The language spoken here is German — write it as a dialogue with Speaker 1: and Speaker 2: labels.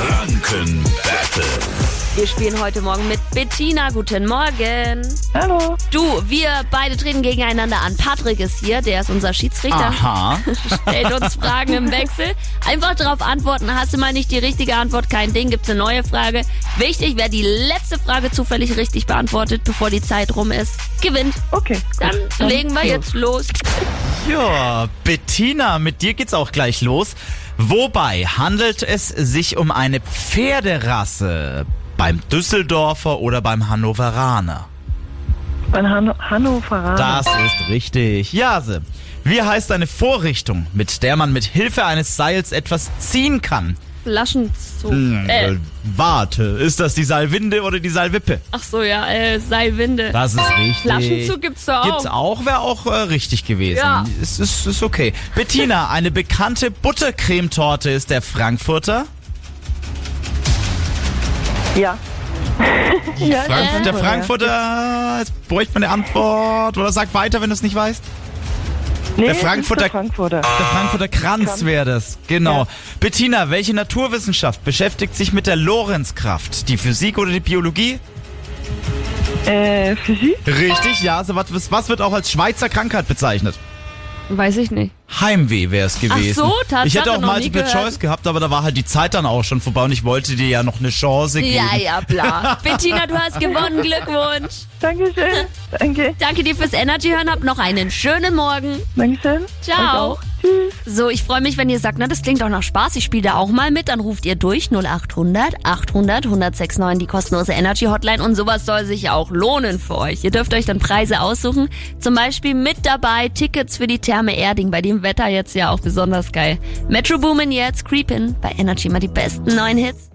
Speaker 1: Franken Battle.
Speaker 2: Wir spielen heute Morgen mit Bettina. Guten Morgen.
Speaker 3: Hallo.
Speaker 2: Du, wir beide treten gegeneinander an. Patrick ist hier, der ist unser Schiedsrichter.
Speaker 1: Aha.
Speaker 2: Stellt uns Fragen im Wechsel. Einfach darauf antworten. Hast du mal nicht die richtige Antwort? Kein Ding, gibt's eine neue Frage. Wichtig, wer die letzte Frage zufällig richtig beantwortet, bevor die Zeit rum ist, gewinnt.
Speaker 3: Okay.
Speaker 2: Dann
Speaker 3: gut.
Speaker 2: legen wir
Speaker 3: los.
Speaker 2: jetzt los.
Speaker 1: Ja, Bettina, mit dir geht's auch gleich los. Wobei handelt es sich um eine Pferderasse beim Düsseldorfer oder beim Hannoveraner?
Speaker 3: Ein Han Hannoveraner.
Speaker 1: Das ist richtig. Jase, wie heißt eine Vorrichtung, mit der man mit Hilfe eines Seils etwas ziehen kann?
Speaker 2: Flaschenzug.
Speaker 1: Hm,
Speaker 2: Äh,
Speaker 1: äh, warte, ist das die Seilwinde oder die Seilwippe?
Speaker 2: ach so, ja, äh, Seilwinde.
Speaker 1: Das ist richtig.
Speaker 2: Flaschenzug gibt's doch auch.
Speaker 1: Gibt's auch, wäre auch äh, richtig gewesen.
Speaker 2: Ja.
Speaker 1: Es ist, ist okay. Bettina, eine bekannte Buttercremetorte ist der Frankfurter.
Speaker 3: Ja. ja,
Speaker 1: Frankfurt, der
Speaker 2: Äh,
Speaker 3: Frankfurter.
Speaker 1: Frankfurter, jetzt bräuchte man eine Antwort. Oder sag weiter, wenn du es nicht weißt.
Speaker 3: Nee,
Speaker 1: der
Speaker 3: ist
Speaker 1: Frankfurter-
Speaker 3: Der Frankfurter.
Speaker 1: Der Frankfurter Kranz
Speaker 3: Kranz.
Speaker 1: wäre das. Genau.
Speaker 3: Ja.
Speaker 1: Bettina, welche Naturwissenschaft beschäftigt sich mit der Lorentzkraft? Die Physik oder die Biologie?
Speaker 3: Äh, Physik?
Speaker 1: Richtig, ja. So, was, was wird auch als Schweizer Krankheit bezeichnet?
Speaker 2: Weiß ich nicht.
Speaker 1: Heimweh wäre es gewesen.
Speaker 2: so, Tatsache,
Speaker 1: Ich hätte auch
Speaker 2: noch nie
Speaker 1: Multiple
Speaker 2: gehört.
Speaker 1: Choice gehabt, aber da war halt die Zeit dann auch schon vorbei und ich wollte dir ja noch eine Chance geben.
Speaker 2: Ja, ja, bla. Bettina, du hast gewonnen. Glückwunsch.
Speaker 3: Dankeschön. Danke.
Speaker 2: Danke dir fürs Energy hören. Hab noch einen schönen Morgen.
Speaker 3: Dankeschön.
Speaker 2: Ciao.
Speaker 3: Danke auch. Tschüss.
Speaker 2: So, ich freue mich, wenn ihr sagt, na, das klingt doch nach Spaß. Ich spiele da auch mal mit. Dann ruft ihr durch 0800 800 1069 die kostenlose Energy Hotline. Und sowas soll sich ja auch lohnen für euch. Ihr dürft euch dann Preise aussuchen. Zum Beispiel mit dabei Tickets für die Therme Erding. Bei dem Wetter jetzt ja auch besonders geil. Metro Boomin jetzt, Creepin. Bei Energy mal die besten neuen Hits.